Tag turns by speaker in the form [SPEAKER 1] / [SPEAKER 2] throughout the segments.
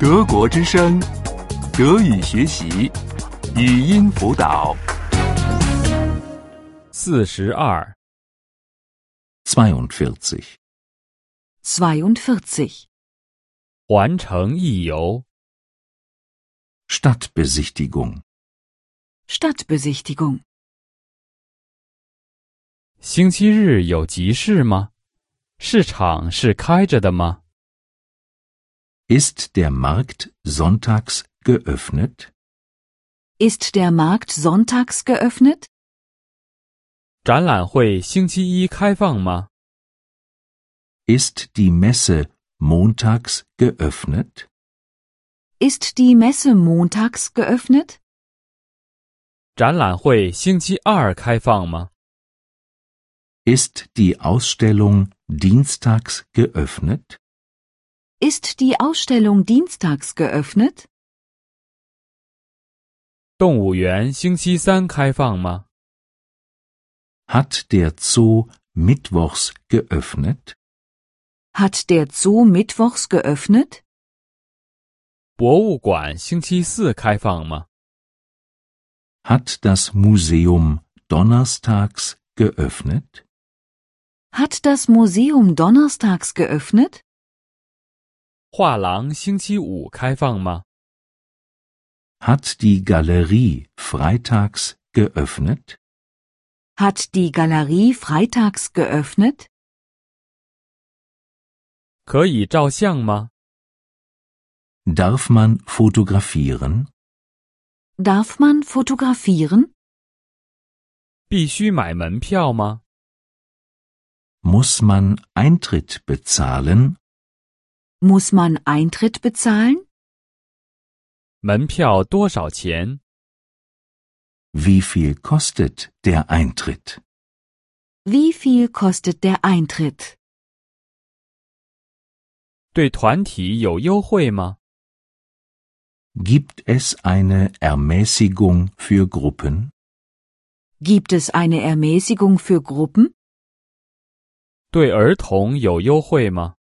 [SPEAKER 1] 德国之声，德语学习，语音辅导。
[SPEAKER 2] 四十二，
[SPEAKER 3] 42.
[SPEAKER 4] 42.
[SPEAKER 2] 环城一游。
[SPEAKER 3] Stadtbesichtigung.
[SPEAKER 4] Stadtbesichtigung.
[SPEAKER 2] 星期日有集市吗？市场是开着的吗？
[SPEAKER 3] Ist der Markt sonntags geöffnet?
[SPEAKER 4] Ist der Markt sonntags geöffnet?
[SPEAKER 2] 展览会星期一开放吗？
[SPEAKER 3] Ist die Messe montags geöffnet?
[SPEAKER 4] Ist die Messe montags geöffnet?
[SPEAKER 2] 展览会星期二开放吗？
[SPEAKER 3] Ist die Ausstellung dienstags geöffnet?
[SPEAKER 4] Ist die Ausstellung dienstags geöffnet?
[SPEAKER 2] 动物园星期三开放吗？
[SPEAKER 3] Hat der Zoo mittwochs geöffnet?
[SPEAKER 4] Hat der Zoo mittwochs geöffnet?
[SPEAKER 2] 博物馆星期四开放吗？
[SPEAKER 3] Hat das Museum donnerstags geöffnet?
[SPEAKER 4] Hat das Museum donnerstags geöffnet?
[SPEAKER 2] 画廊星期五开放吗？
[SPEAKER 3] Hat die Galerie freitags geöffnet?
[SPEAKER 4] Hat die Galerie freitags geöffnet?
[SPEAKER 2] 可以照相吗？
[SPEAKER 3] Darf man fotografieren?
[SPEAKER 4] Darf man fotografieren?
[SPEAKER 2] 必须买门票吗？
[SPEAKER 3] Muss man Eintritt bezahlen?
[SPEAKER 4] Muss man Eintritt bezahlen?
[SPEAKER 2] 门票多少钱？
[SPEAKER 3] Wie viel kostet der Eintritt?
[SPEAKER 4] Wie viel kostet der Eintritt?
[SPEAKER 2] 对团体有优惠吗？
[SPEAKER 3] Gibt es eine Ermäßigung für Gruppen?
[SPEAKER 4] Gibt es eine Ermäßigung für Gruppen?
[SPEAKER 2] 对儿童有优惠吗？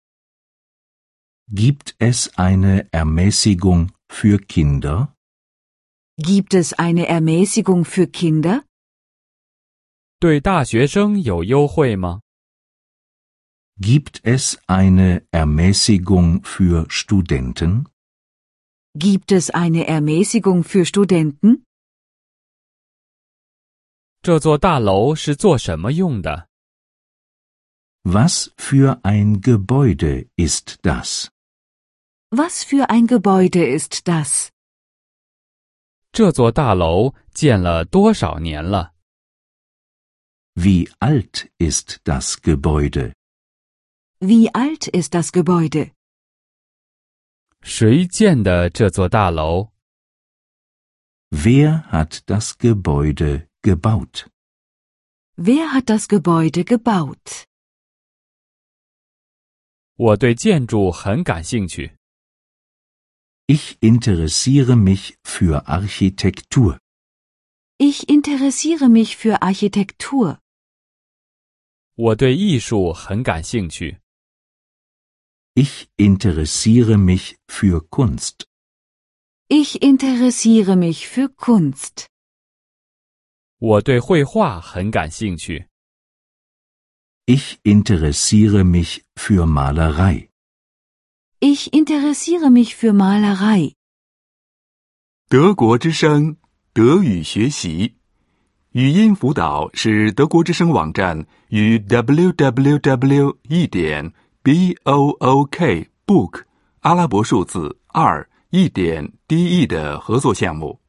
[SPEAKER 3] Gibt es eine Ermäßigung für Kinder?
[SPEAKER 4] Gibt es eine Ermäßigung für Kinder?
[SPEAKER 2] 对大学生有优惠吗？
[SPEAKER 3] Gibt es eine Ermäßigung für Studenten?
[SPEAKER 4] Gibt es eine Ermäßigung für Studenten?
[SPEAKER 2] 这座大楼是做什么用的？
[SPEAKER 3] Was für ein Gebäude ist das?
[SPEAKER 4] Was für ein Gebäude ist das?
[SPEAKER 2] 这座大楼建了多少年了？
[SPEAKER 3] Wie alt ist das Gebäude?
[SPEAKER 4] Wie alt ist das Gebäude?
[SPEAKER 2] 谁建的这座大楼？
[SPEAKER 3] Wer hat das Gebäude gebaut?
[SPEAKER 4] Wer hat das Gebäude gebaut?
[SPEAKER 2] 我对建筑很感兴趣。
[SPEAKER 3] Ich interessiere mich für Architektur.
[SPEAKER 4] Ich interessiere mich für Architektur.
[SPEAKER 2] 我对艺术很感兴趣。
[SPEAKER 3] Ich interessiere mich für Kunst.
[SPEAKER 4] Ich interessiere mich für Kunst.
[SPEAKER 2] 我对绘画很感兴趣。
[SPEAKER 3] Ich interessiere mich für Malerei.
[SPEAKER 4] Ich interessiere mich für Malerei.
[SPEAKER 1] 德国之声，德语学习，语音辅导是德国之声网站与 www. 一点 b o o k book 阿拉伯数字二一点 d e 的合作项目。